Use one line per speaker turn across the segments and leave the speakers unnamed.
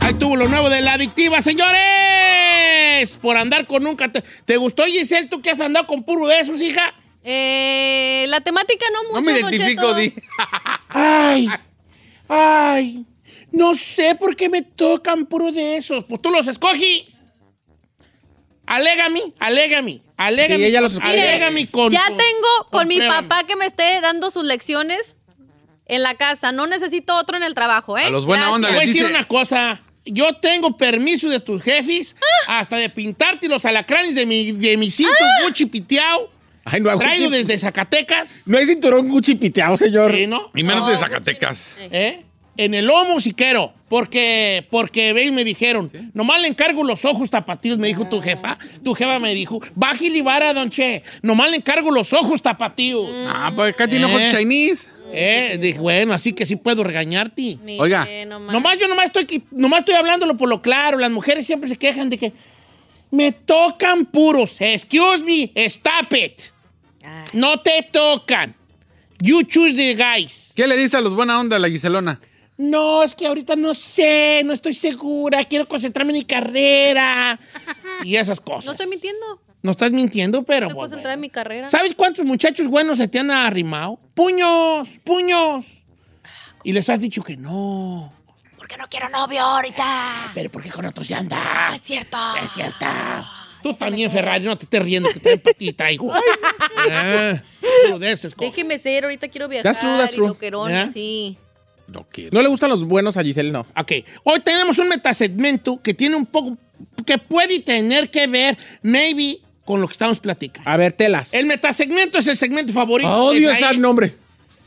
Ahí tuvo lo nuevo de la adictiva, señores. Por andar con nunca. ¿Te, te gustó, Giselle? ¿Tú que has andado con puro de esos, hija?
Eh, la temática no mucho,
No me
Don
identifico,
Cheto.
di.
Ay, ay. No sé por qué me tocan puro de esos. Pues tú los escogís. Alégame, alégame, alégame.
Sí, ella los escogió.
Alégame con.
ya
con-
tengo con mi
compruébame.
papá que me esté dando sus lecciones en la casa. No necesito otro en el trabajo, ¿eh?
A los buena onda
Te voy
Gracias.
a
Les
decir
dice-
una cosa. Yo tengo permiso de tus jefes
Ah.
hasta de pintarte los alacranes de mi, de mi cinto Gucci piteado,
Ay, no, hago
traído
chip-
desde Zacatecas.
no hay cinturón Gucci piteado, señor.
¿Sí, no?
Y menos de Zacatecas.
¿Eh? En el lomo si quiero, porque, porque ve y me dijeron, nomás le encargo los ojos tapatíos, me dijo tu jefa, tu jefa me dijo, baja y libara, don Che, nomás le encargo los ojos tapatíos.
Ah, pues Katy no con
Eh.
Chinese.
¿Eh? Dije, bueno, así que sí puedo regañarte.
Mire,
Oiga.
nomás.
Nomás yo nomás estoy, qui- nomás estoy hablándolo por lo claro, las mujeres siempre se quejan de que me tocan puros, excuse me, stop it, no te tocan, you choose the guys.
¿Qué le dice a los buena onda a la Giselona?
No, es que ahorita no sé, no estoy segura, quiero concentrarme en mi carrera y esas cosas.
No estoy mintiendo.
No estás mintiendo, pero.
Estoy
pues,
concentrada en mi carrera.
¿Sabes cuántos muchachos buenos se te han arrimado? ¡Puños! ¡Puños! Y les has dicho que no.
Porque no quiero novio ahorita.
Pero ¿por qué con otros ya andas?
Es cierto.
Es cierto. Tú también, Ferrari, no te estés riendo, que también para ti traigo. Ah, puro de esas cosas.
Déjeme ser, ahorita quiero viajar.
That's true, that's
y
true.
loquerón,
¿Ya?
sí.
No quiero.
No le gustan los buenos a Giselle, no.
Ok, hoy tenemos un metasegmento que tiene un poco, que puede tener que ver, maybe, con lo que estamos platicando.
A ver, telas.
El metasegmento es el segmento favorito.
Ah. Odio
Es
ese
ahí.
nombre.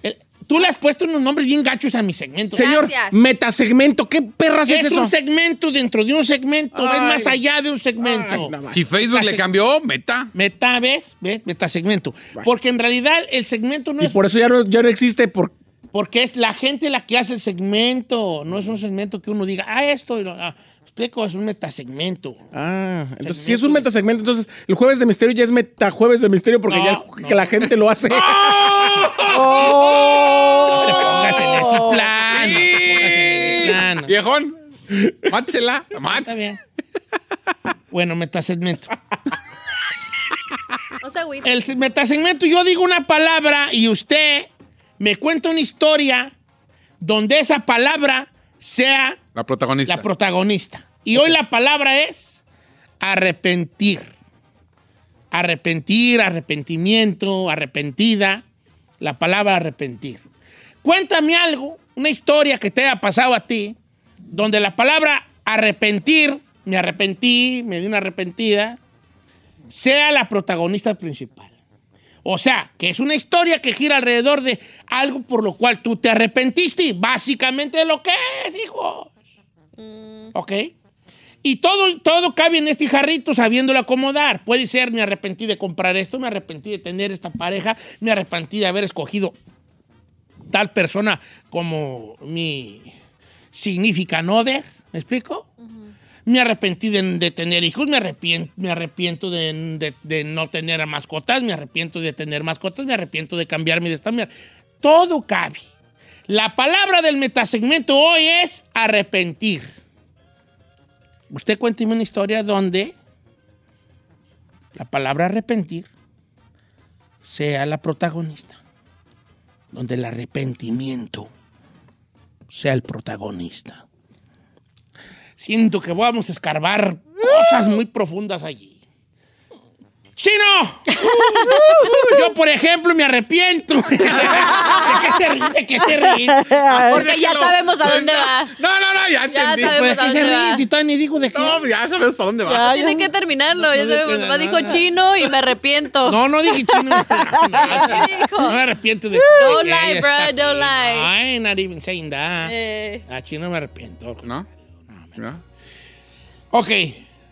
El- Tú le has puesto unos nombres bien gachos a mi segmento.
Señor,
Gracias.
metasegmento. ¿Qué perras es,
es
eso?
un segmento dentro de un segmento, es
Ay.
más allá de un segmento.
Ay, no, va.
Si Facebook le
Casi-
cambió, meta.
Meta, ¿ves? ¿Ves? Metasegmento. Porque en realidad el segmento no
y
es.
por eso ya no, ya no existe. Por...
Porque es la gente la que hace el segmento. No es un segmento que uno diga, ah, esto. y lo- ah, explico, es un metasegmento.
Ah, entonces si es un metasegmento, entonces el jueves de misterio ya es meta jueves de misterio porque
No,
ya el- que la gente lo hace.
¡Ah!
No te pongas en ese plan. No te pongas en ese plan.
Viejón, mátela. Mátela.
Está bien. Bueno, metasegmento.
No se agüite.
El metasegmento, yo digo una palabra y usted me cuenta una historia donde esa palabra sea
La protagonista.
la protagonista. Y hoy la palabra es arrepentir. Arrepentir, arrepentimiento, arrepentida. La palabra arrepentir. Cuéntame algo, una historia que te haya pasado a ti, donde la palabra arrepentir, me arrepentí, me di una arrepentida, sea la protagonista principal. O sea, que es una historia que gira alrededor de algo por lo cual tú te arrepentiste. Básicamente lo que es, hijo. ¿Ok? Y todo, todo cabe en este jarrito sabiéndolo acomodar. Puede ser, me arrepentí de comprar esto, me arrepentí de tener esta pareja, me arrepentí de haber escogido tal persona como mi significa no de. ¿Me explico? Me arrepentí de, de tener hijos, me arrepiento, me arrepiento de, de- de no tener mascotas, me arrepiento de tener mascotas, me arrepiento de cambiarme de esta. me ar- Todo cabe. La palabra del metasegmento hoy es arrepentir. Usted cuénteme una historia donde la palabra arrepentir sea la protagonista, donde el arrepentimiento sea el protagonista. Siento que vamos a escarbar cosas muy profundas allí. ¡Chino! Yo, por ejemplo, me arrepiento. ¿De qué se ríe? ¿De qué se ríe?
Porque ya sabemos a dónde va.
No, no, no, ya entendí.
sabemos.
Pues, ¿De qué se
dónde
ríe?
va.
Si todavía ni digo de qué.
No, ya sabes para dónde va.
Ya tiene que terminarlo. Ya
no,
sabemos.
no,
Nomás
no,
dijo
no.
chino y me arrepiento.
No, no dije chino.
¿Qué dijo?
No me arrepiento de que
Don't
ella
lie,
está
bro, don't
aquí. I ain't not even saying that.
Eh,
A chino me arrepiento.
¿No? ¿No?
Ok.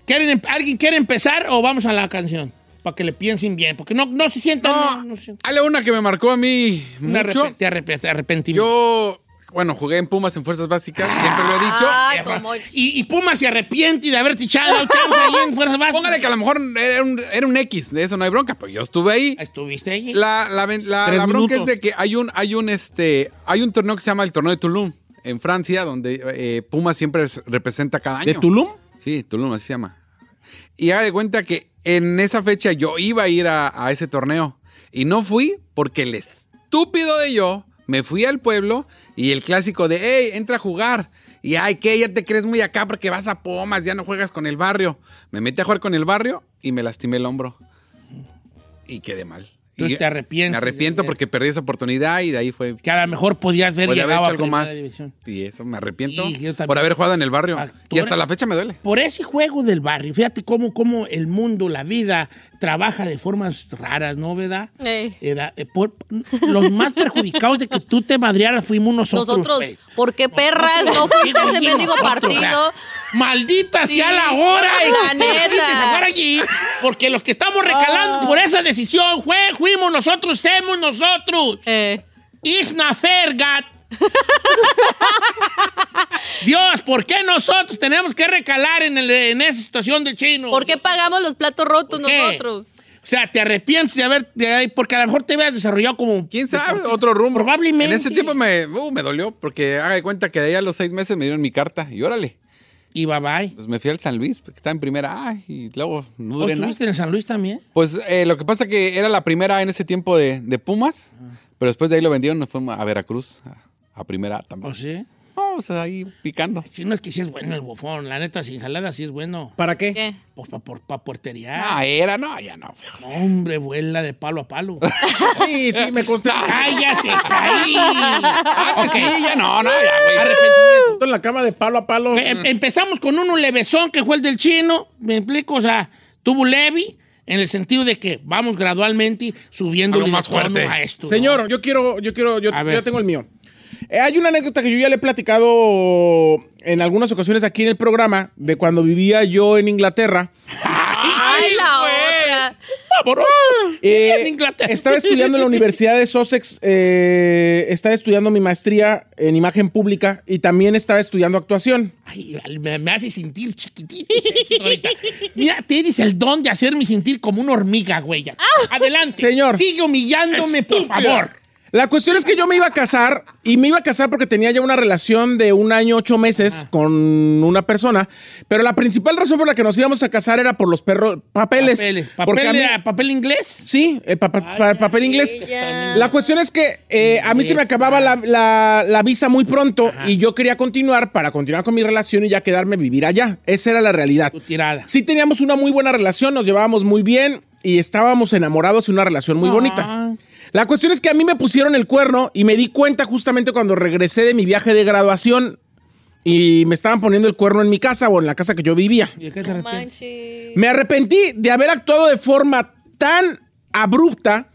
¿Quieren em- ¿Alguien quiere empezar o vamos a la canción? Para que le piensen bien. Porque no, no se sientan. No, no se sientan.
Dale una que me marcó a mí
Me
mucho.
arrep- te arrep- te arrepentí.
Yo, bueno, jugué en Pumas en Fuerzas Básicas, siempre lo he dicho.
ay, como...
y, y Puma se arrepiente de haberte echado al chance ahí en Fuerzas Básicas.
Póngale que a lo mejor era un, era un X, de eso no hay bronca, pero yo estuve ahí.
¿Estuviste ahí?
La, la, ven- la-
Tres
la bronca
minutos.
es de que hay un, hay un este, hay un torneo que se llama el torneo de Tulum en Francia, donde eh, Pumas siempre es- representa cada año.
¿De Tulum?
Sí, Tulum así se llama. Y haga de cuenta que en esa fecha yo iba a ir a, a ese torneo y no fui porque el estúpido de yo me fui al pueblo y el clásico de, hey, entra a jugar. Y ay, que ya te crees muy acá porque vas a Pumas, ya no juegas con el barrio. Me metí a jugar con el barrio y me lastimé el hombro. Y quedé mal.
Entonces
Y
te arrepientes
Me arrepiento
de-
porque perdí esa oportunidad y de ahí fue.
Que a lo mejor podías haber
Podría haber
llegado
hecho
a
algo
Primera
más.
División.
Y eso me arrepiento
Y yo también.
por haber jugado en el barrio.
Ah, tú
Y hasta
eres-
la fecha me duele.
Por ese juego del barrio, fíjate cómo, cómo el mundo, la vida, trabaja de formas raras, ¿no, verdad?
Ey.
Era, eh, por- los más perjudicados de que tú te madrearas fuimos nosotros.
Nosotros,
pues.
¿por qué perras no
Nosotros,
fuiste a ese
fuimos
mendigo
nosotros,
partido?
la- Maldita
Sí,
sea la hora. y
la
que tú
neta. Ah.
fuiste a jugar allí, porque los que estamos recalando por esa decisión, fue, fuimos nosotros, somos nosotros.
Eh,
Isna Fergat. Dios, ¿por qué nosotros tenemos que recalar en, el- en esa situación del chino?
¿Por qué pagamos los platos rotos
¿Por qué?
nosotros?
O sea, te arrepientes de haber, de- porque a lo mejor te habías desarrollado como...
¿Quién sabe? Otro rumbo.
Probablemente.
En ese tiempo me, uh, me dolió porque haga de cuenta que de ahí a los seis meses me dieron mi carta y órale.
Y bye bye.
Pues me fui al San Luis, porque estaba en primera A y luego no
¿Vos
duré nada.
estuviste en San Luis también?
Pues eh, lo que pasa que era la primera A en ese tiempo de, de Pumas, pero después de ahí lo vendieron, nos fuimos a Veracruz, a, a primera A también.
¿O sí?
No, o sea, ahí picando.
Si no es que sí es bueno el bofón, la neta, sin jalada sí es bueno.
¿Para qué?
¿Qué?
Pues para portería.
Ah, era, no, ya no.
No, hombre, vuela de palo a palo.
Sí, sí, me consta.
¡Cállate, caí!
Antes
Ok.
Ah, pues sí, ya no, no, ya, güey.
Arrepentimiento.
En la cama de palo a palo.
Em- Empezamos con uno levesón que fue el del chino, me explico, o sea, tuvo leve en el sentido de que vamos gradualmente subiendo
A lo más fuerte.
a esto. ¿no?
Señor, yo quiero, yo quiero, yo,
A ver.
yo tengo el mío. Eh, hay una anécdota que yo ya le he platicado en algunas ocasiones aquí en el programa de cuando vivía yo en Inglaterra.
¡Ay, la otra!
¡Vámonos!
Eh,
En Inglaterra.
Estaba estudiando en la Universidad de Sussex, eh, estaba estudiando mi maestría en imagen pública y también estaba estudiando actuación.
Ay, me, me hace sentir chiquitito chiquitito ahorita. Mira, tienes el don de hacerme sentir como una hormiga, güey. ya. Adelante.
Señor.
Sigue humillándome, por favor.
La cuestión es que yo me iba a casar y me iba a casar porque tenía ya una relación de un año, ocho meses
Ah.
con una persona, pero la principal razón por la que nos íbamos a casar era por los perros, papeles.
Papeles.
Porque
¿Papel,
a mí-
de- papel inglés?
Sí, el papa- pa- papel inglés.
ella.
La cuestión es que eh, a mí se me
Inglesa.
acababa la, la- la visa muy pronto y yo quería continuar para continuar con mi relación y ya quedarme a vivir allá. Esa era la realidad.
Tu tirada.
Sí teníamos una muy buena relación, nos llevábamos muy bien y estábamos enamorados y una relación muy
Ah,
bonita. La cuestión es que a mí me pusieron el cuerno y me di cuenta justamente cuando regresé de mi viaje de graduación y me estaban poniendo el cuerno en mi casa o en la casa que yo vivía.
¿Y a qué te refieres?
Manches.
Me arrepentí de haber actuado de forma tan abrupta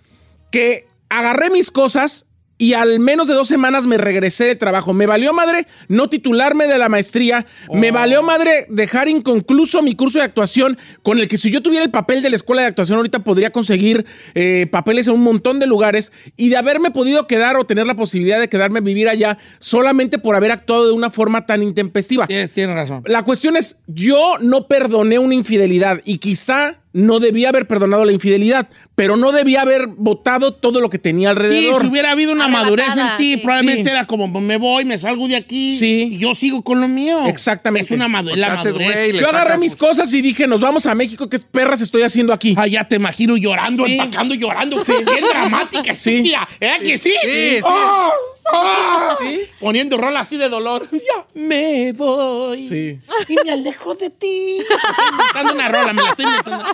que agarré mis cosas y al menos de dos semanas me regresé de trabajo. Me valió madre no titularme de la maestría. Me valió madre dejar inconcluso mi curso de actuación con el que si yo tuviera el papel de la escuela de actuación ahorita podría conseguir eh, papeles en un montón de lugares y de haberme podido quedar o tener la posibilidad de quedarme a vivir allá solamente por haber actuado de una forma tan intempestiva.
Tienes, tienes razón.
La cuestión es, yo no perdoné una infidelidad y quizá no debía haber perdonado la infidelidad, pero no debía haber votado todo lo que tenía
Sí,
alrededor.
si hubiera habido una
Arrebatada,
madurez en ti,
sí.
probablemente
Sí.
era como "Pues, me voy, me salgo de aquí
Sí.
y yo sigo con lo mío.
Exactamente. Pues,
Es una madurez. La
Te haces
madurez.
güey, le
Yo agarré
sacas-
mis cosas y dije, nos vamos a México, ¿qué perras estoy haciendo aquí?
Ah, ya te imagino llorando,
Sí.
empacando, llorando. Bien dramática,
Sí.
estúpida. ¿Eh que sí?
Sí, sí.
¡Ah! ¡Ah!
Sí.
Poniendo rol así de dolor. Ya me voy.
Sí.
Y me alejo de ti. Estoy inventando una rola, me la estoy inventando.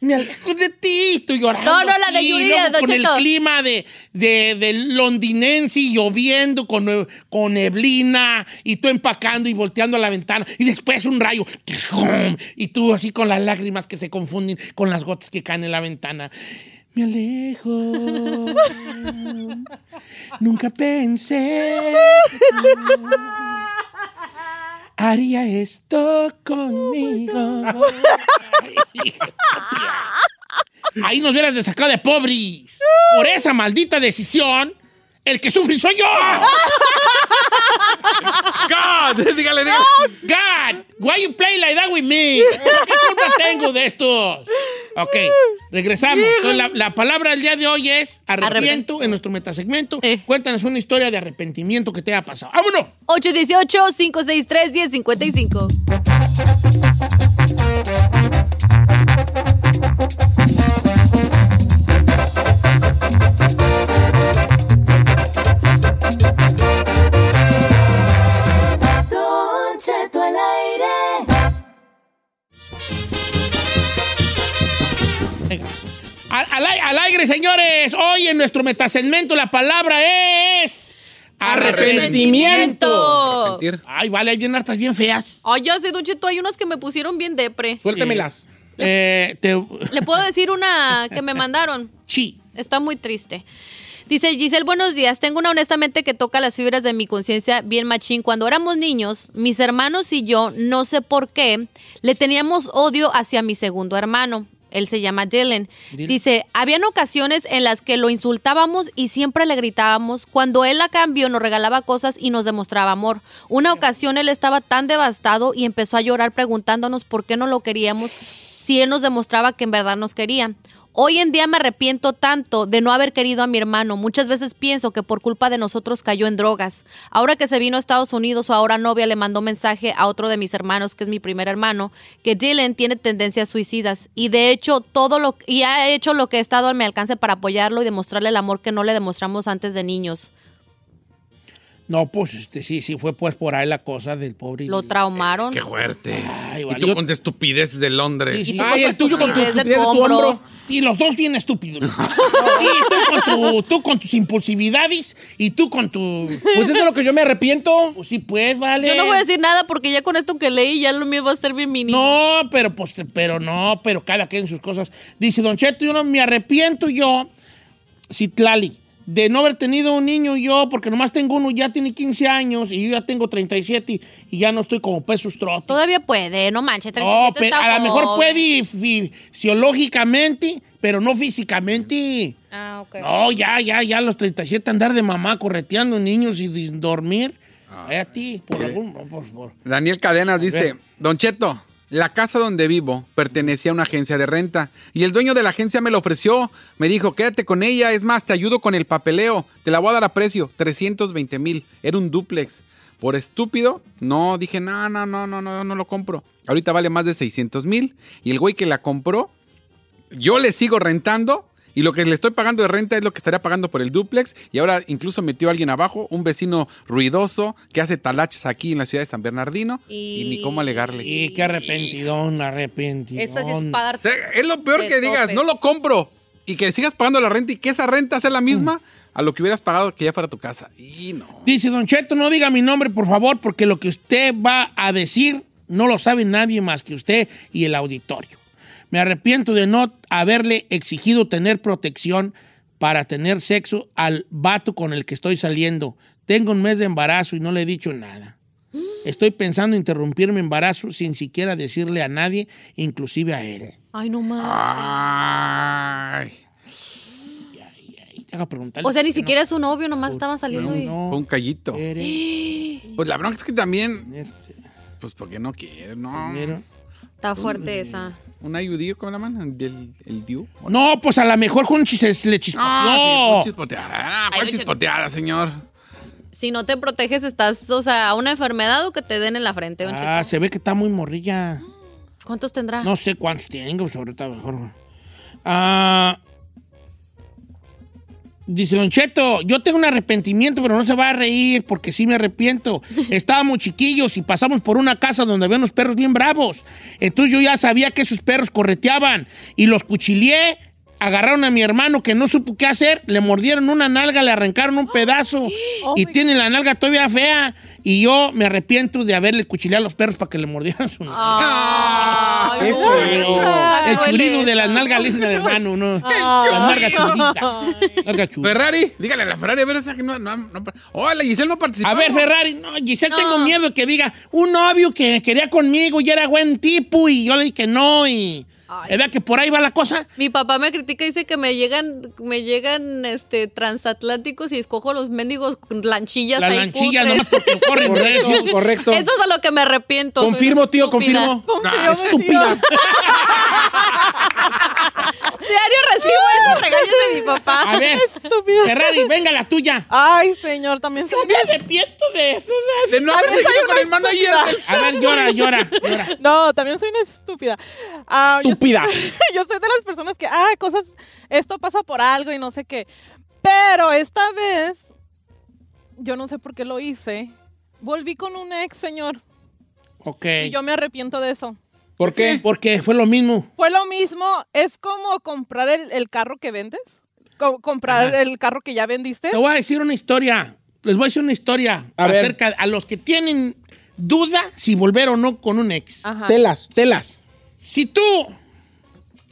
Me alejo de ti, estoy llorando.
No, no, la de
así,
Yuridia,
luego
Don
Con el
Cheto.
clima de, de, de londinense y lloviendo con, nue- con neblina y tú empacando y volteando a la ventana y después un rayo y tú así con las lágrimas que se confunden con las gotas que caen en la ventana. Me alejo. Nunca pensé. Haría esto conmigo. Ahí nos hubieras de sacar de pobres. Por esa maldita decisión, el que sufre soy yo.
God, dígale, dígale.
God, why you play like that with me? ¿Qué culpa tengo de estos? Ok, regresamos. Entonces, la, la palabra del día de hoy es arrepiento en nuestro metasegmento.
Eh.
Cuéntanos una historia de arrepentimiento que te haya pasado. ¡Vámonos!
818-563-1055.
Al, al, ai- al aire, señores. Hoy en nuestro metasegmento la palabra es
¡Arrepentimiento!
Mentir.
Ay, vale, hay bien hartas bien feas.
Ay, ya sé, Don Cheto, hay unas que me pusieron bien depre.
Suéltemelas.
Eh, te-
Le puedo decir una que me mandaron.
Sí.
Está muy triste. Dice Giselle, buenos días. Tengo una honestamente que toca las fibras de mi conciencia bien machín. Cuando éramos niños, mis hermanos y yo, no sé por qué, le teníamos odio hacia mi segundo hermano. Él se llama Dylan.
Dylan.
Dice, habían ocasiones en las que lo insultábamos y siempre le gritábamos. Cuando él a cambio nos regalaba cosas y nos demostraba amor. Una ocasión él estaba tan devastado y empezó a llorar preguntándonos por qué no lo queríamos si él nos demostraba que en verdad nos quería. Hoy en día me arrepiento tanto de no haber querido a mi hermano. Muchas veces pienso que por culpa de nosotros cayó en drogas. Ahora que se vino a Estados Unidos, su ahora novia le mandó mensaje a otro de mis hermanos, que es mi primer hermano, que Dylan tiene tendencias suicidas y de hecho todo lo y ha hecho lo que he estado a mi alcance para apoyarlo y demostrarle el amor que no le demostramos antes de niños.
No, pues este, sí, sí, fue pues por ahí la cosa del pobre.
Lo
Eh,
traumaron.
Qué fuerte.
Ay,
y
valió-
tú con tu estupidez de Londres.
Sí, sí.
Ay,
con
el
tu
tuyo con tu
estupidez de
estupidez de tu
hombro.
hombro.
Sí, los dos bien estúpidos. Sí, tú con, tu- tú con tus impulsividades y tú con tu...
Pues eso es lo que yo me arrepiento.
Pues sí, pues, vale.
Yo no voy a decir nada porque ya con esto que leí ya lo mío va a estar bien mini.
No, pero pues, pero no, pero cada quien sus cosas. Dice Don Cheto, yo no me arrepiento yo, Citlali, de no haber tenido un niño yo, porque nomás tengo uno, ya tiene 15 años y yo ya tengo 37 y, y ya no estoy como pues sus trotes.
Todavía puede, no manches.
No,
37
pe-
está
a lo mejor
joven.
puede y fi- fisiológicamente, pero no físicamente.
Ah, ok.
No, ya, ya, ya, a los 37 andar de mamá correteando niños y dis- dormir. Ay, a ti, por algún... por- por-
Daniel Cadenas dice,
ver.
Don Cheto, la casa donde vivo pertenecía a una agencia de renta y el dueño de la agencia me lo ofreció. Me dijo, quédate con ella, es más, te ayudo con el papeleo, te la voy a dar a precio, 320 mil, era un duplex. Por estúpido, no, dije, no, no, no, no, no, no lo compro. Ahorita vale más de 600 mil y el güey que la compró yo le sigo rentando y lo que le estoy pagando de renta es lo que estaría pagando por el duplex y ahora incluso metió a alguien abajo, un vecino ruidoso que hace talaches aquí en la ciudad de San Bernardino y,
Y-
ni cómo alegarle.
Y qué arrepentidón, arrepentidón.
Esa sí es para
O
dar-
sea, es lo peor
Te
que digas,
topes.
no lo compro y que sigas pagando la renta y que esa renta sea la misma a lo que hubieras pagado que ya fuera tu casa. Y no.
Dice Don Cheto, no diga mi nombre, por favor, porque lo que usted va a decir no lo sabe nadie más que usted y el auditorio. Me arrepiento de no haberle exigido tener protección para tener sexo al vato con el que estoy saliendo. Tengo un mes de embarazo y no le he dicho nada. Estoy pensando interrumpir mi embarazo sin siquiera decirle a nadie, inclusive a él.
Ay, no más.
Ah,
Ay,
Y te hago preguntarle
O sea, ni
por qué no Pues,
siquiera es su novio, nomás estaban saliendo y...
fue un callito.
quiere
Pues la bronca es que también, pues porque no quiere, no.
dinero.
Está fuerte esa.
¿Un ayudillo con la mano? ¿El, el diu?
No, pues a lo mejor con un chis- le chispa.
Ah,
no.
sí, fue chispoteada. Ah,
Ay,
fue
no,
chispoteada, señor.
Si no te proteges, estás, o sea, a una enfermedad o que te den en la frente, don
Ah, se ve que está muy morrilla.
Cheto. ¿Cuántos tendrá?
No sé cuántos tengo, sobre todo mejor. güey. Ah, dice Don Cheto, yo tengo un arrepentimiento, pero no se va a reír porque sí me arrepiento. Estábamos chiquillos y pasamos por una casa donde había unos perros bien bravos. Entonces yo ya sabía que esos perros correteaban y los cuchillé. Agarraron a mi hermano que no supo qué hacer, le mordieron una nalga, le arrancaron un pedazo y tiene la nalga todavía fea. Y yo me arrepiento de haberle cuchileado a los perros para que le mordieran su nalga.
Ah.
Ay,
Qué
no.
feo.
Está
El
cruel
chulino de
esa.
las nalgas lisas del hermano, ¿no? La nalga chulita. Nalga chula.
Ferrari, dígale a la Ferrari, a ver, esa que no. no, no oh, la Giselle no participó.
A ver, Ferrari, no, Giselle,
No.
tengo miedo que diga un novio que quería conmigo y era buen tipo y yo le dije que no y...
Ay.
¿Verdad que por ahí va la cosa?
Mi papá me critica y dice que me llegan, me llegan este transatlánticos y escojo los mendigos con lanchillas
Las
ahí.
lanchillas
cutres.
nomás porque corren recio.
Correcto, correcto.
Eso es a lo que me arrepiento. soy
Confirmo,
una
tío,
estúpida.
confirmo.
Ah,
Nah,
Estúpida.
Diario recibo esos regaños de mi papá.
A ver, Ferrari, venga la tuya.
Ay, señor, también se
No me arrepiento de eso. ¿sabes?
De no haber seguido con el hermano ayer.
A ver, llora, llora, llora.
No, también soy una estúpida. Ah, yo-
Estúpida.
Yo, soy de las personas que, ah, cosas, esto pasa por algo y no sé qué. Pero esta vez, yo no sé por qué lo hice. Volví con un ex, señor,
Ok.
y yo me arrepiento de eso.
¿Por qué?
Porque fue lo mismo.
Fue lo mismo, es como comprar el, el carro que vendes, co- comprar
Ajá.
el carro que ya vendiste.
Te voy a decir una historia. Les voy a decir una historia
A ver.
acerca a los que tienen duda si volver o no con un ex.
Ah.
Ajá.
Telas, telas.
Si tú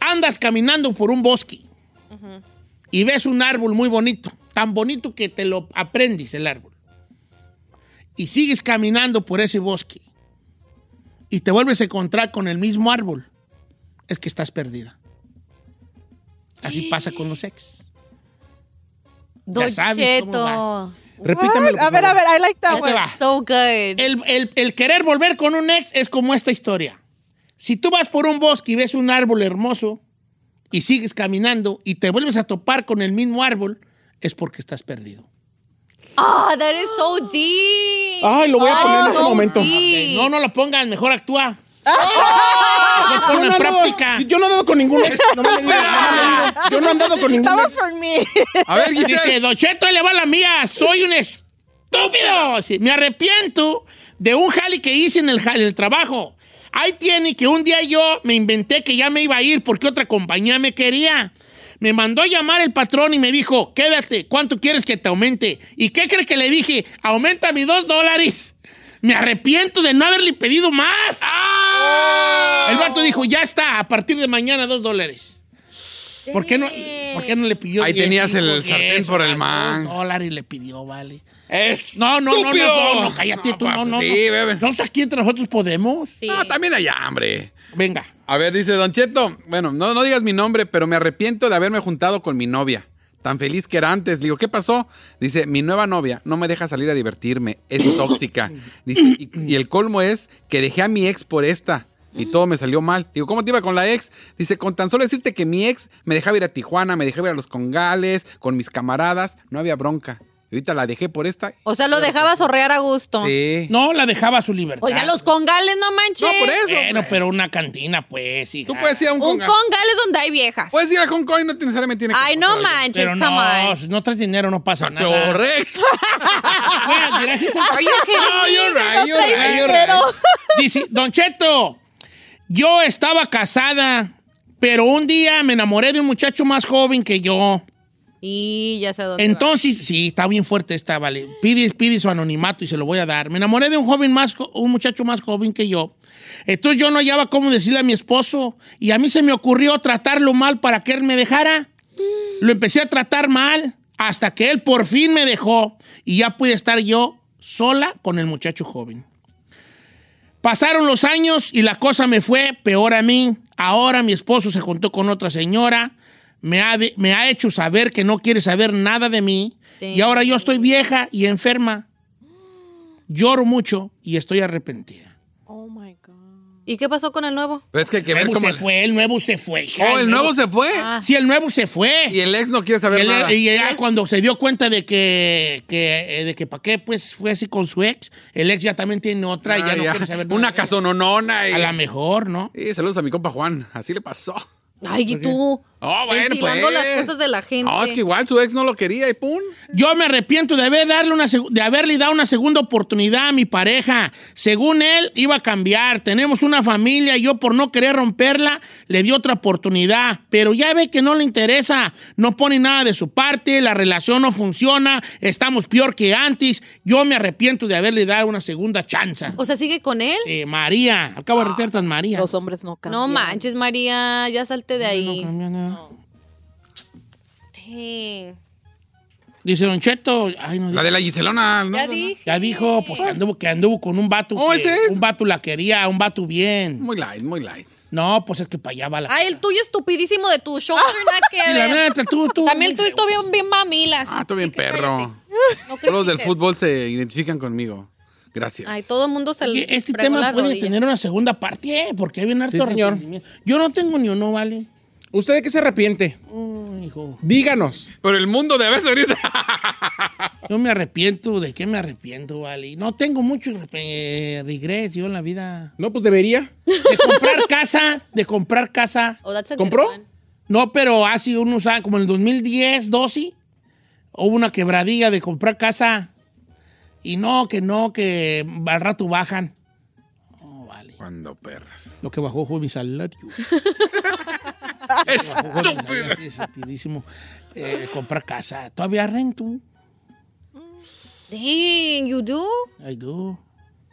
andas caminando por un bosque y ves un árbol muy bonito, tan bonito que te lo aprendes el árbol, y sigues caminando por ese bosque y te vuelves a encontrar con el mismo árbol, es que estás perdida. Así pasa con los ex.
Don
Ya sabes cómo
Cheto.
vas.
Repítamelo.
A
por
ver, a
favor.
ver, I like that
Ahí te
one.
va.
So good.
El, el- el querer volver con un ex es como esta historia. Si tú vas por un bosque y ves un árbol hermoso y sigues caminando y te vuelves a topar con el mismo árbol, es porque estás perdido.
Ah, that is so deep.
Ay, lo voy a
That
poner en
is
este
so
momento.
deep.
No, no lo pongan, mejor actúa. Mejor
Yo
ponlo
no
en
ando-
práctica.
Yo no he andado con ningún ex. No me le digas, no me le digas. Yo no he andado con ningún
That was
ex.
for me.
A ver,
Dice,
Giselle.
Don Cheto, ahí le va la mía. Soy un estúpido. Sí, me arrepiento de un jali que hice en el, ja- en el trabajo. Ahí tiene que un día yo me inventé que ya me iba a ir porque otra compañía me quería. Me mandó a llamar el patrón y me dijo, quédate, ¿cuánto quieres que te aumente? ¿Y qué crees que le dije? Aumenta mis dos dólares. Me arrepiento de no haberle pedido más. El vato dijo, ya está, a partir de mañana dos dólares. ¿Por qué no, ¿por qué no le pidió?
Ahí
diez,
tenías
cinco,
el sartén por el
vale,
man.
Dos dólares le pidió, vale.
Es.
No, no, no, no, no, no, cállate
No,
tú,
pa,
no,
pues
no.
sí,
no.
bebe.
Entonces aquí entre nosotros podemos.
Sí.
Ah, también allá, hombre.
Venga.
A ver, dice Don Cheto. Bueno, no, no digas mi nombre, pero me arrepiento de haberme juntado con mi novia. Tan feliz que era antes. Le digo, ¿qué pasó? Dice, mi nueva novia no me deja salir a divertirme. Es tóxica. Dice, y, y el colmo es que dejé a mi ex por esta. Y todo me salió mal. Digo, ¿cómo te iba con la ex? Dice, con tan solo decirte que mi ex me dejaba ir a Tijuana, me dejaba ir a los congales, con mis camaradas. No había bronca. Y ahorita la dejé por esta.
O sea, lo dejabas horrear a gusto.
Sí.
No, la dejaba a su libertad.
O sea, Pues los congales, no manches.
No, por eso.
Bueno,
hombre.
pero una cantina, pues, hija.
Tú puedes ir a un,
Un
conga.
congal es donde hay viejas.
Puedes ir a Hong Kong y no necesariamente tiene que
Ay, no
pasar Pues, algo.
manches,
Pero
come
no,
on.
si no traes dinero no pasa nada. Ah,
Correcto.
Bueno, dirás eso.
Are you kidding
No,
me?
you're right, you're right, you're right.
Dice, Don Cheto, yo estaba casada, pero un día me enamoré de un muchacho más joven que yo.
Y ya sé dónde va.
Entonces, sí, está bien fuerte esta, vale. Pide, pide su anonimato y se lo voy a dar. Me enamoré de un joven más, jo- un muchacho más joven que yo. Entonces yo no hallaba cómo decirle a mi esposo y a mí se me ocurrió tratarlo mal para que él me dejara. Lo empecé a tratar mal hasta que él por fin me dejó y ya pude estar yo sola con el muchacho joven. Pasaron los años y la cosa me fue peor a mí. Ahora mi esposo se juntó con otra señora, me ha, de- me ha hecho saber que no quiere saber nada de mí
Sí.
y ahora yo estoy vieja y enferma. Lloro mucho y estoy arrepentida.
Oh my God.
¿Y qué pasó con el nuevo?
Pero es que hay que
El
ver
nuevo
cómo.
se fue, el nuevo se fue. hija,
Oh, el nuevo se fue.
Ah.
Sí, el nuevo se fue.
Y el ex no quiere
Y
saber
él-
nada.
y ya cuando se dio cuenta de que, que, eh, de que para qué, pues fue así con su ex. El ex ya también tiene otra y ya
Ah,
no
ya.
quiere saber nada.
Una casononona. Y...
A la mejor, ¿no?
Y saludos a mi compa Juan. Así le pasó.
Ay, ¿y tú?
Oh, bueno,
Ventilando
pues.
las cosas de la gente.
No, es que igual su ex no lo quería y pum.
Yo me arrepiento de, haber darle una seg- de haberle dado una segunda oportunidad a mi pareja. Según él, iba a cambiar. Tenemos una familia y yo por no querer romperla, le di otra oportunidad. Pero ya ve que no le interesa. No pone nada de su parte, la relación no funciona, estamos peor que antes. Yo me arrepiento de haberle dado una segunda chance.
O sea, sigue con él.
Sí, María. Acabo de retear tan María.
Los hombres no cambian.
No manches, María, ya salte de ahí.
No cambió nada.
Dang.
Dice Don Cheto. Ay, no,
La de la Giselona. ¿no?
Ya dije.
Ya dijo, pues que anduvo, que anduvo con un vato.
Oh,
que-
ese es.
Un vato la quería, un vato bien.
Muy light, muy light.
No, pues es que para allá va la.
Ay, el tuyo estupidísimo de tu show. nada que
Y la
ver.
neta, tú, tú.
También el tuyo estuvo bien, bien mamilas.
Ah, estoy bien
Así que cállate.
perro.
No
Todos los del
critiques.
fútbol se identifican conmigo. Gracias.
Ay, todo el mundo se
Oye,
le
Este
fregó
tema
la
puede
rodilla.
tener una segunda parte, eh, porque hay un harto
Sí, señor.
arrepentimiento. Yo no tengo ni uno, ¿vale?
¿Usted de qué se arrepiente?
Ay, hijo.
Díganos.
Pero el mundo de haberse venido.
Yo me arrepiento, ¿de qué me arrepiento, vale? No tengo mucho eh, regret yo en la vida.
No, pues debería.
De comprar casa, de comprar casa.
Oh, that's a
¿Compró?
good one.
No, pero hace unos años, como en el 2010, 12, hubo una quebradilla de comprar casa. Y no, que no, que al rato bajan. Oh, vale.
Cuando perras.
Lo que bajó fue mi salario. Bajó mi
Estúpido.
salario, así es, rapidísimo. Eh, de comprar casa. Todavía rento.
Dang, you do.
I do.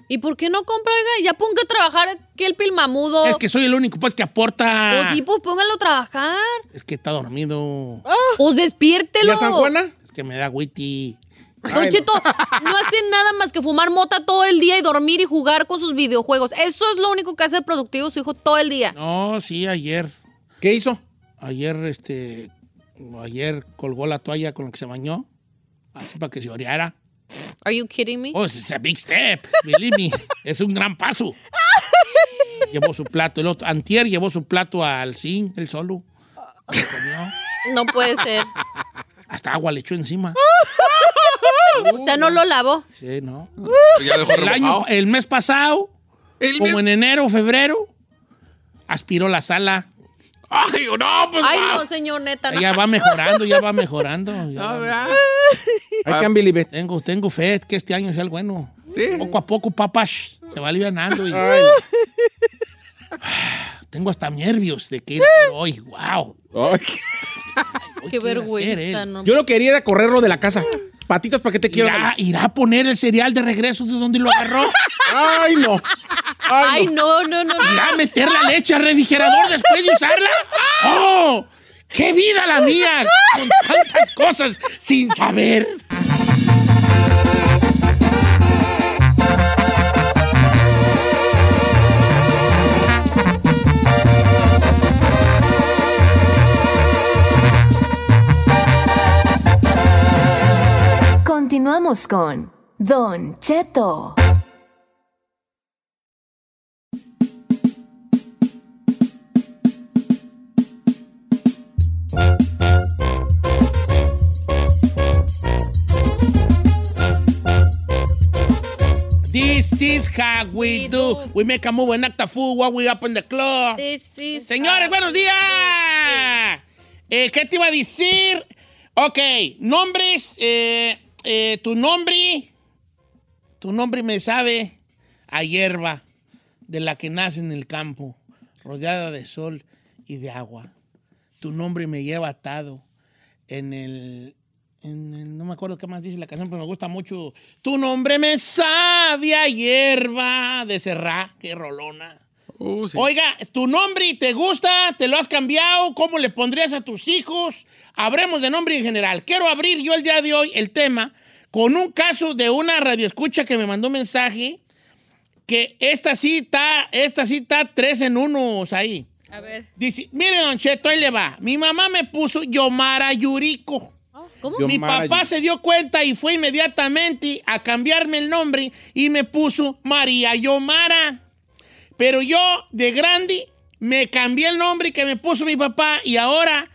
¿Y por qué no compra? Oiga, ya ponga a trabajar aquí el pilmamudo.
Es que soy el único pues que aporta.
Pues Oh. sí, pues póngalo a trabajar.
Es que está dormido.
Pues despiértelo.
¿Y a San Juana?
Es que me da witty.
Don Cheto, no hace nada más que fumar mota todo el día y dormir y jugar con sus videojuegos. Eso es lo único que hace productivo su hijo todo el día.
No, sí, ayer.
¿Qué hizo?
Ayer, este. Ayer colgó la toalla con la que se bañó. Así para que se oreara.
Are you kidding me?
Oh, it's a big step, believe me. Es un gran paso. Llevó su plato. El otro, antier llevó su plato al zinc, el solo. Se comió.
No puede ser.
Hasta agua le echó encima.
O sea, no lo lavó.
Sí, ¿no?
Ya dejó
El, año,
rebajado.
el mes pasado,
El
como
mes-
en enero, febrero, aspiró la sala.
Ay, no, pues.
Ay,
va.
no, señor, neta. no.
Ya va mejorando, ya va mejorando. ya va
Ah,
mejorando.
¿verdad?
I
Ah.
can believe it.
Tengo, tengo fe que este año sea el bueno.
Sí.
Poco a poco, papas, se va alivianando. Y...
Ay,
Tengo hasta nervios de que ir a hacer hoy. ¡Wow!
no. Ay,
Qué
quiere hacer
vergüenza,
él.
no.
Yo lo que quería era correrlo de la casa. Patitas, ¿para qué te quiero?
¿Irá, irá a poner el cereal de regreso de donde lo agarró.
Ay, no.
Ay, no, no, no. no.
¿Irá a meter la leche al refrigerador después de usarla? ¡Oh! ¡Qué vida la mía! Con tantas cosas sin saber.
Continuamos con Don Cheto.
This is how we do. We make a move and act a fool while we up in the club.
This is-
Señores, buenos días. Eh, ¿Qué te iba a decir? Ok, nombres. eh, eh, tu nombre. Tu nombre me sabe a hierba de la que nace en el campo, rodeada de sol y de agua. Tu nombre me lleva atado en el. en el- no me acuerdo qué más dice la canción, pero me gusta mucho. Tu nombre me sabe a hierba de Serra, qué rolona.
Uh, sí.
Oiga, tu nombre te gusta, te lo has cambiado, ¿cómo le pondrías a tus hijos? Habremos de nombre en general. Quiero abrir yo el día de hoy el tema con un caso de una radioescucha que me mandó un mensaje que esta sí está, esta sí está tres en unos ahí.
A ver.
Dice, mire, Don Cheto, ahí le va. Mi mamá me puso Yomara Yuriko.
¿Cómo?
Yo-
Mi
Yomara
papá
Yuriko.
se dio cuenta y fue inmediatamente a cambiarme el nombre y me puso María Yomara. Pero yo, de grande, me cambié el nombre que me puso mi papá y ahora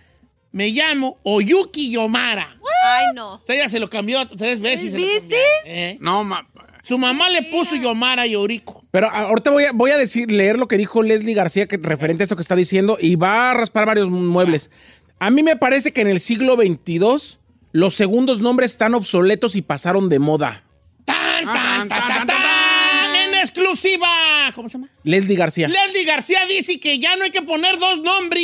me llamo Oyuki Yomara.
Ay, no.
O sea, ella se lo cambió tres veces. se lo
¿Veces?
cambiaron, ¿eh?
No, ma-
Su mamá le puso Yomara Yorico.
Pero a- ahorita voy a, voy a decir, leer lo que dijo Leslie García que, referente a eso que está diciendo y va a raspar varios muebles. A mí me parece que en el siglo XXII los segundos nombres están obsoletos y pasaron de moda.
¡Tan, tan, tan, tan,
Tan, tan,
tan!
tan, tan, tan.
¡En exclusiva! ¿Cómo se llama?
Leslie García.
Leslie García dice que ya no hay que poner dos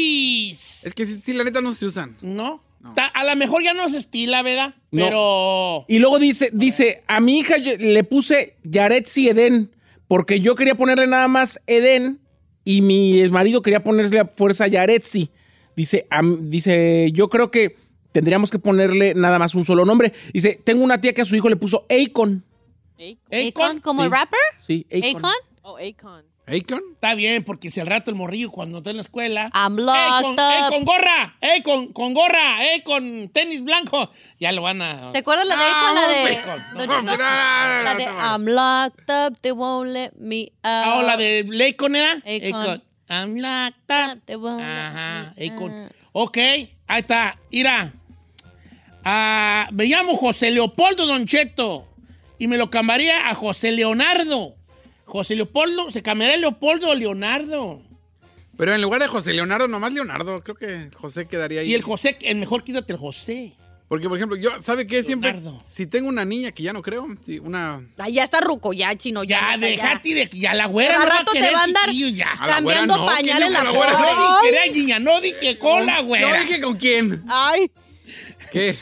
nombres.
Es que sí, sí, la neta no se usan.
¿No? Ta- A lo mejor ya no se estila, ¿verdad?
No.
Pero...
Y luego dice, dice, a mi hija yo- le puse Yaretsi Eden, porque yo quería ponerle nada más Eden y mi marido quería ponerle a fuerza Yaretsi. Dice, am- dice, yo creo que tendríamos que ponerle nada más un solo nombre. Dice, tengo una tía que a su hijo le puso Akon.
¿Akon
Akon,
como
Sí.
rapper?
Sí, Akon.
¿Akon?
Oh, Akon.
¿Akon?
Está bien, porque si al rato el morrillo cuando está en la escuela...
I'm
¡Ey,
locked
con, ey,
up.
con gorra! ¡Ey, con, con gorra! ¡Ey, con tenis blanco! Ya lo van a...
¿Te acuerdas Ah, la de Akon? La de...
Akon.
Don't you
ah,
know? La de ah, I'm locked up, they won't let me out.
Ah, o la de Akon, ¿era?
Akon.
Akon. I'm locked up.
They won't let
Ajá,
me
Akon.
out.
Ok, ahí está. Mira. Ah, me llamo José Leopoldo Doncheto y me lo cambiaría a José Leonardo. José Leopoldo, se cambiaría Leopoldo o Leonardo.
Pero en lugar de José Leonardo, nomás Leonardo. Creo que José quedaría ahí.
Y el José, el mejor quítate el José.
Porque, por ejemplo, yo, ¿sabe qué? Siempre,
Leonardo.
si tengo una niña que ya no creo, sí, una...
Ay, ya está ruco, ya, chino. Ya,
Ya,
neta,
déjate de. Ya la güera.
Pero al
no va
rato te
querer
va a andar-
chiquillo, Ya.
A la güera
Cambiando
no,
pañales
¿quién
la
dijo que güera?
foto.
No dije que era niña, no dije con la
Yo
güera.
dije con quién.
Ay,
¿Qué?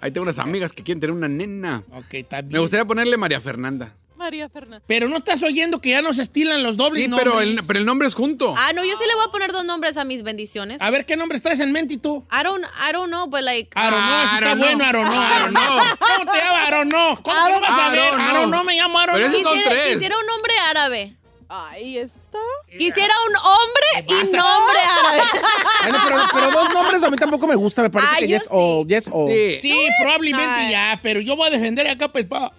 Ahí tengo unas amigas que quieren tener una nena.
Ok, está bien.
Me gustaría ponerle María Fernanda.
María Fernanda.
Pero no estás oyendo que ya nos estilan los dobles
Sí,
nombres.
pero el, pero el nombre es junto.
Ah, no, yo sí le voy a poner dos nombres a mis bendiciones.
A ver, ¿qué nombres traes en mente y tú?
I don't, I don't know, but like...
Aronó, si está
Aronó.
bueno, Aronó. Aronó. ¿Cómo te llama Aronó? ¿Cómo que no vas a ver?
Aronó.
Aronó, me llamo Aronó.
Pero ese- son
quisiera,
tres.
quisiera un nombre árabe.
Ay, está.
Quisiera un hombre
ah. ¿Qué
y
pasa?
nombre árabe.
Bueno, pero, pero dos nombres a mí tampoco me gusta. Me parece
Ah,
que
yo
yes o yes o.
Sí.
Sí, probablemente
Ay.
ya, pero yo voy a defender acá, pues, pa.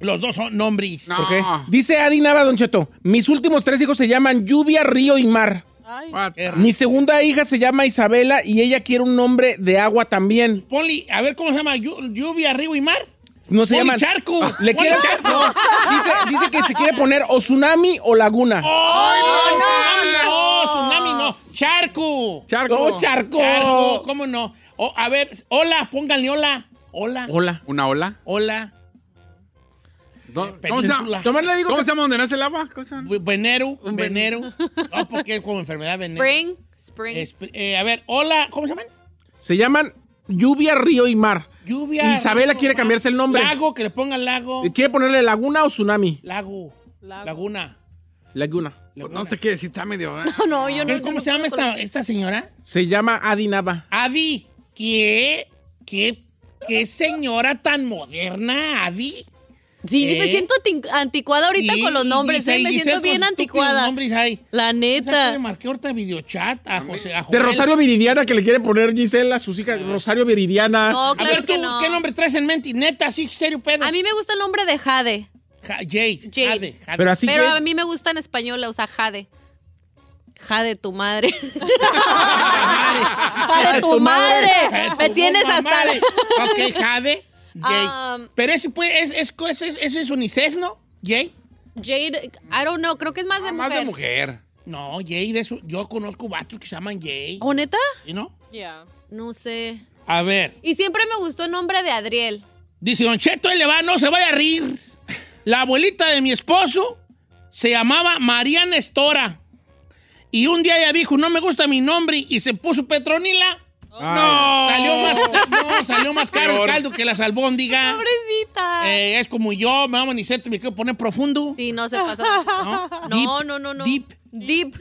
Los dos son nombres.
No.
¿Por qué? Dice Adi Nava, Don Cheto, mis últimos tres hijos se llaman Lluvia, Río y Mar.
Ay,
What?
Mi segunda hija se llama Isabela y ella quiere un nombre de agua también.
Ponle, a ver, ¿cómo se llama? Llu- Lluvia, río y mar.
No se
Ponle
llaman.
charco.
Le
Ponle
quiere-
charco.
no, dice, dice que se quiere poner o tsunami o laguna.
¡Ay, ¡Oh, no, tsunami no,
no.
tsunami no. Charco.
Charco.
No, charco. Charco, ¿cómo no? O- a ver, hola, pónganle hola. Hola.
Hola.
¿Una ola?
Hola.
¿Dó- ¿Cómo se
península.
llama?
Tomás
¿Cómo se llama donde nace el agua? ¿Cómo se llama?
Bu- Venero,
Un ven-
venero. No, porque es como enfermedad venero.
Spring, spring.
Esp- eh, a ver, hola, ¿cómo se llaman?
Se llaman Lluvia, Río y Mar.
Lluvia.
Isabela
río,
quiere
mar.
cambiarse el nombre.
Lago, que le pongan lago.
¿Quiere ponerle laguna o tsunami?
Lago.
Lago.
Laguna.
Laguna.
Pues No sé qué decir, está medio. ¿eh?
No, yo no.
¿Cómo se llama esta, esta señora?
Se llama Adi Nava.
Avi. ¿Qué? ¿Qué? ¿Qué señora tan moderna, Avi?
Sí, sí, me
¿Eh?
siento anti- anticuada ahorita
Sí,
con los
y
nombres,
Giselle-
¿eh? Me
Giselle
siento
con
bien
sus estúpidos
anticuada.
nombres ahí.
La
¿Sabes qué Le
neta.
marqué ahorita videochat a José. A
De
Joel.
Rosario Viridiana que le quiere poner Gisela a sus hijas.
Ah.
Rosario Viridiana.
No,
A
claro
ver, tú,
que no.
¿qué nombre traes en mente? Neta, sí, serio, Pedro.
A mí me gusta el nombre de Jade,
Ja- Jade.
Jade.
Jade. Jade.
Pero así
pero
que-
a mí me gusta en español, o sea, Jade. Jade tu madre. Jade tu
tu
madre.
madre.
Me tienes hasta la-
madre. Ok, Jade. Jade.
Um,
Pero ese pues, es, es, es, ese es unisex, ¿no? Jade.
Jade, I don't know, creo que es Ah, más de
Más
mujer.
de mujer.
No, Jade es. un- Yo conozco vatos que se llaman Jade.
¿O neta?
¿Sí, no?
ya.
No sé.
A ver.
Y siempre me gustó el nombre de Adriel.
Dice Don Cheto, ahí le va, no se vaya a reír. La abuelita de mi esposo se llamaba María Nestora. Y un día ella dijo, no me gusta mi nombre, y se puso Petronila.
No.
Salió más, no, salió más caro el
Peor.
caldo que las albóndigas.
Pobrecita.
Eh, es como yo, me amo Aniceto y me quiero poner profundo.
Sí, no se pasa.
¿no?
No, no, no, no.
Deep.
Deep.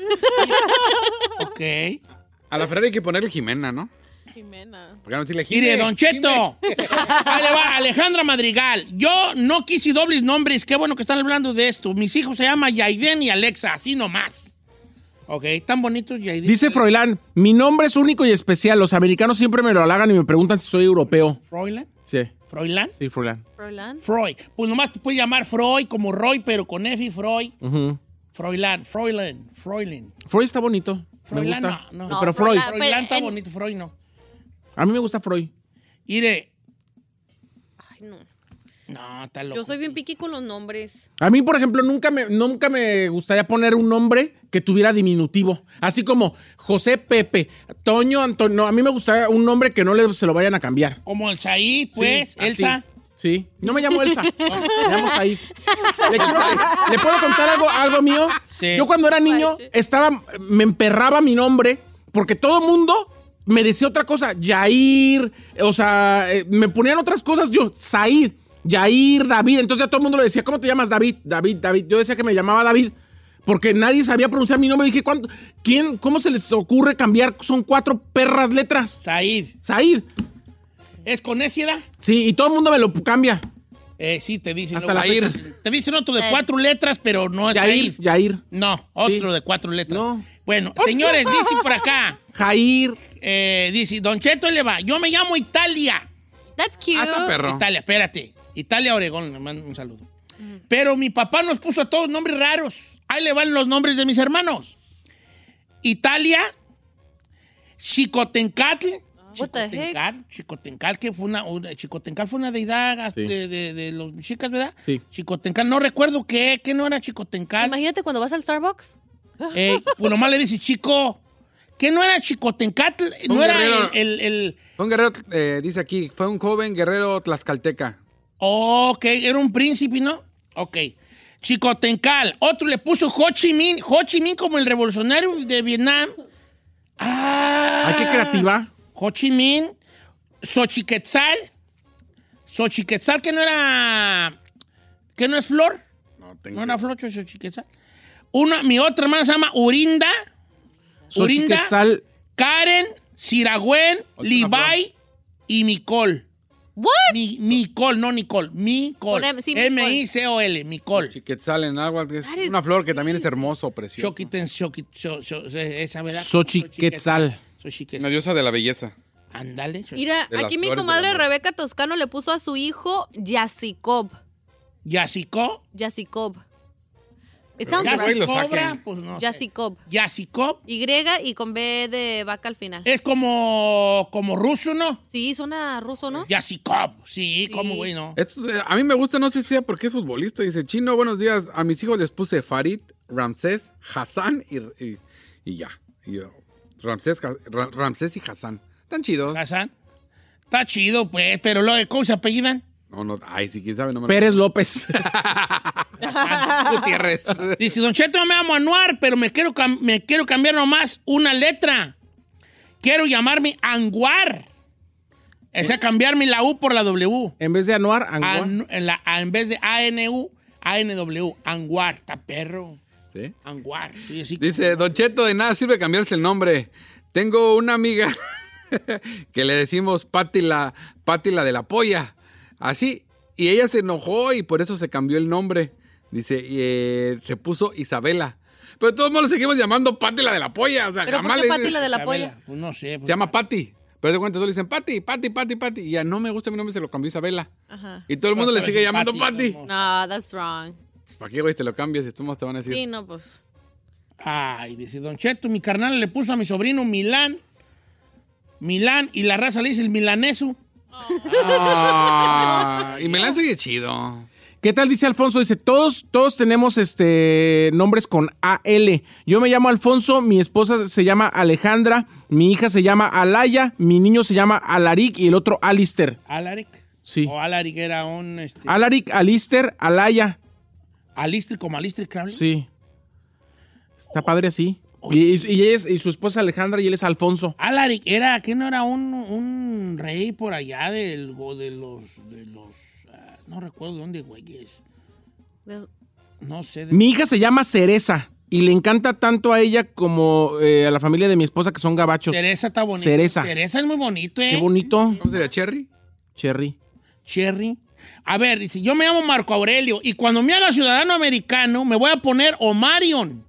Ok.
A la Ferrari hay que ponerle Jimena, ¿no?
Jimena.
Porque no decirle
Mire,
Jime,
Don Cheto. Ahí le va, Alejandra Madrigal. Yo no quise dobles nombres. Qué bueno que están hablando de esto. Mis hijos se llaman Yaiden y Alexa, así nomás. Ok, tan bonitos Yaiden.
Dice Froilán, mi nombre es único y especial. Los americanos siempre me lo halagan y me preguntan si soy europeo.
Froilan.
Sí,
Froilan.
sí, Froilán.
Roland.
Mm.
Freud. Pues nomás te puedes llamar Freud como Roy, pero con F y Freud.
Ujú.
Froilán, Froilán, Froilán.
Freud está bonito. Me
Froilán
gusta.
no, no.
Pero
No,
Freud.
Froilán.
Froilán está
en-
bonito, Freud no.
A mí me gusta Freud.
Mire,
Ay, no.
no, está loco.
Yo soy bien piqui con los nombres.
A mí, por ejemplo, nunca me, nunca me gustaría poner un nombre que tuviera diminutivo. Así como José Pepe, Toño Antonio. No, a mí me gustaría un nombre que no le, se lo vayan a cambiar.
Como el Saí,
Sí,
pues,
así.
Elsa.
Sí. No me llamo Elsa. me llamo Said. ¿Le, quiero- ¿le puedo contar algo, algo mío?
Sí.
Yo cuando era niño estaba, me emperraba mi nombre porque todo el mundo me decía otra cosa. Yair, eh, o sea, eh, me ponían otras cosas. Yo, Said, Yair, David. Entonces a todo el mundo le decía, ¿cómo te llamas David? David, David. Yo decía que me llamaba David. Porque nadie sabía pronunciar mi nombre. Dije, ¿cuánto, ¿quién, ¿cómo se les ocurre cambiar? Son cuatro perras letras.
Said.
Said.
¿Es con ese, era?
Sí, y todo el mundo me lo cambia.
Eh, sí, te dicen.
Hasta
luego.
la
Te dicen otro de
Eh.
cuatro letras, pero no es
Yair,
Said.
Yair.
No, otro
Sí.
de cuatro letras.
No.
Bueno, señores, dice por acá.
Jair.
eh, dice, Don Cheto le va. Yo me llamo Italia.
That's cute.
Ah, está perro.
Italia, espérate. Italia Oregón, le mando un saludo. Pero mi papá nos puso a todos nombres raros. Ahí le van los nombres de mis hermanos. Italia, Chicotencatl.
Ah, What the heck?
Chicotencatl, Chicotencatl, que fue una, una- Chicotencatl fue una deidad
Sí.
de, de- de los mexicas, ¿verdad?
Sí.
Chicotencatl, no recuerdo qué, que no era Chicotencatl.
Imagínate cuando vas al Starbucks.
Eh, pues nomás le dice Chico, que no era Chicotencatl, no
Un
era
guerrero.
el- el- el
Un guerrero, eh, dice aquí, fue un joven guerrero tlaxcalteca.
Ok, era un príncipe, ¿no? Ok. Chicotencal. Otro le puso Ho Chi Minh. Ho Chi Minh como el revolucionario de Vietnam. Ah.
Ay, qué creativa.
Ho Chi Minh. Xochiquetzal. Xochiquetzal que no era... Que no es flor.
No,
No era flor Xochiquetzal. Una, mi otra hermana se llama Urinda. Urinda.
Xochiquetzal.
Karen. Siragüen.
Otra
Levi. Y Nicole.
What?
Mi, Micol, no Nicole, Micol.
Con M, sí, Micol.
M-I-C-O-L, Micol.
Chiquetzal en agua, que es
That is
una flor que también es hermoso, precioso.
Choquiten, choqui- cho- cho- esa, ¿verdad?
Xochiquetzal.
Una
Xochiquetzal.
diosa de la belleza.
Ándale.
Mira,
Este, De las
aquí mi
flores del
comadre
amor.
Rebeca Toscano le puso a su hijo Yacicob.
Yacicob.
Yacicob. It
Pero
sounds
ya
right.
sí. lo
Yacicobra,
saquen.
pues no. sé.
Yacicob.
Yacicob
Y y con B de vaca al final.
es como, como ruso, ¿no?
Sí, suena ruso, ¿no?
Yacicob, sí,
Sí.
como güey, ¿no?
Esto, eh, a mí me gusta, no sé si sea porque es futbolista. Dice, chino, buenos días. A mis hijos les puse Farid, Ramsés, Hassan y, y- y ya. Y yo, Ramsés, Ja- Ra- Ramsés y Hassan. Tan chidos.
Hassan. Está chido, pues, pero lo de cómo se apellidan.
No, no, ay, si quién sabe, no me
Pérez López.
Gutiérrez.
Dice, Don Cheto, no me amo Anuar, pero me quiero, cam- me quiero cambiar nomás una letra. Quiero llamarme Anguar. O sea, cambiarme la U por la W.
en vez de Anuar, Anguar.
An- en, la- en vez de ANU, ANW. Anguar, está perro.
¿Sí?
Anguar. Sí, sí.
Dice, Don Cheto, de nada sirve cambiarse el nombre. Tengo una amiga que le decimos Pati la, Pati la de la polla. Así. Y ella se enojó y por eso se cambió el nombre. Dice, y, eh, se puso Isabela. Pero de todos modos le seguimos llamando Pati la de la polla. O sea,
Pero ¿por
jamás
qué
le
Pati
dices-
la de la
Isabela,
polla?
pues no sé. pues.
Se llama Pati. Pero de cuenta, todos le dicen Pati, Pati, Pati, Pati. Y ya no me gusta mi nombre, se lo cambió Isabela.
Ajá.
Y todo el mundo
Otra vez
le sigue
es
llamando
Pati,
Pati.
¿no?
No, that's wrong.
¿Para qué, güey, te lo cambias? Y tú más te van a decir.
Sí, no, pues.
Ay, dice Don Cheto, mi carnal le puso a mi sobrino Milán. Milán, y la raza le dice el milaneso.
Ah, y me lanzo y es chido.
¿Qué tal dice Alfonso? Dice, todos, todos tenemos este, nombres con AL. Yo me llamo Alfonso, mi esposa se llama Alejandra, mi hija se llama Alaya, mi niño se llama Alaric y el otro Alister.
Alaric.
Sí.
O Alaric era un. Este,
Alaric, Alister, Alaya.
Alistair como Alistair Crowley.
Sí. Está padre así. Y, y- y ella es- y su esposa Alejandra y él es Alfonso.
Alaric era, que no era un, un rey por allá del, go- de los, de los, ah, no recuerdo dónde, güey, es.
De-
No sé. de-
Mi hija se llama Cereza y le encanta tanto a ella como eh, a la familia de mi esposa que son gabachos.
Teresa está bonita.
Cereza.
Teresa es muy bonito, eh.
Qué bonito.
¿Cómo sería Cherry?
Cherry.
Cherry. A ver, dice, yo me llamo Marco Aurelio y cuando me haga ciudadano americano me voy a poner Omarion.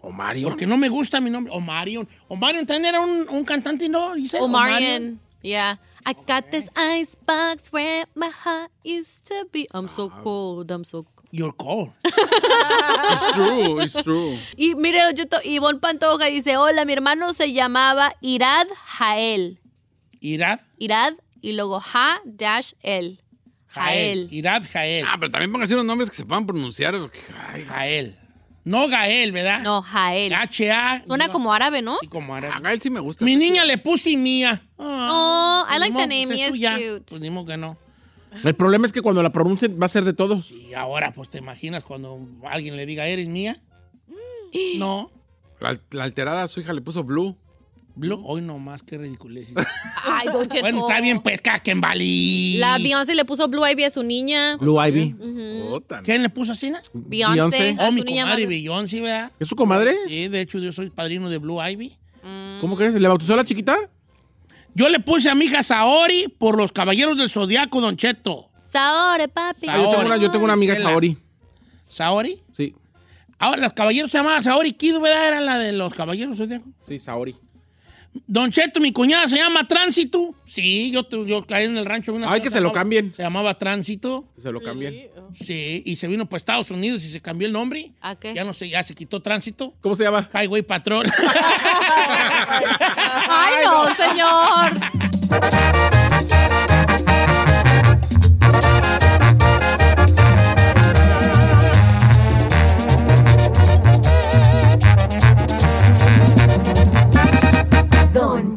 O Mario.
Porque no me gusta mi nombre. Omarion. Omarion también era un, un cantante, ¿no? Giselle?
Omarion. Yeah. I got this icebox where my heart used to be. I'm so cold, I'm so cold.
your call.
It's true, it's true.
Y mire, Don Cheto, Ivonne Pantoja dice, hola, mi hermano se llamaba Irad Jael.
Irad
Irad y luego Ja-El.
Jael.
Jael.
Irad Jael.
Ah, pero también pónganse unos nombres que se puedan pronunciar. porque, ay,
Jael. No Gael, ¿verdad?
No, Jael.
H-A.
Suena
no,
como árabe, ¿no?
sí, como árabe.
a él sí me gusta.
Mi niña le puse mía.
Oh, I like the name,
Pues es
it's
tuya.
cute.
Pues ni modo que no.
El problema es que cuando la pronuncien va a ser de todos.
Y ahora, pues, ¿te imaginas cuando alguien le diga, eres mía? No.
La, la alterada, su hija le puso Blue.
Blo- Hoy nomás, qué ridiculez.
Ay, Don Cheto.
Pues bueno, está bien, pues, en Bali.
La Beyoncé le puso Blue Ivy a su niña.
Blue Ivy.
Puta,
¿Quién le puso así? na?
Beyoncé.
Beyoncé.
a
Oh,
su
mi
niña
comadre
más-
Beyoncé, ¿verdad?
¿Es su comadre?
Sí, de hecho, yo soy padrino de Blue Ivy.
¿Cómo crees? ¿Le bautizó a la chiquita?
Yo le puse a mi hija Saori por los Caballeros del Zodiaco, Don Cheto.
Saore, papi.
Ah, yo, tengo una, yo tengo una amiga
Gisela.
Saori.
¿Saori?
Sí,
Ahora, los Caballeros se llamaban Saori Kid, ¿verdad? Era la de los Caballeros del Zodiaco.
sí, Saori.
Don Cheto, mi cuñada se llama Tránsito. Sí, yo, tu- yo caí en el rancho. de Una
Ay,
señora
que se lo
llamaba-
cambien.
Se llamaba Tránsito.
Se lo cambian.
Sí, y se vino para Estados Unidos y se cambió el nombre.
¿A qué?
Ya no sé, ya se quitó Tránsito.
¿Cómo se llama?
Highway Patrol.
Ay, no, señor.
Don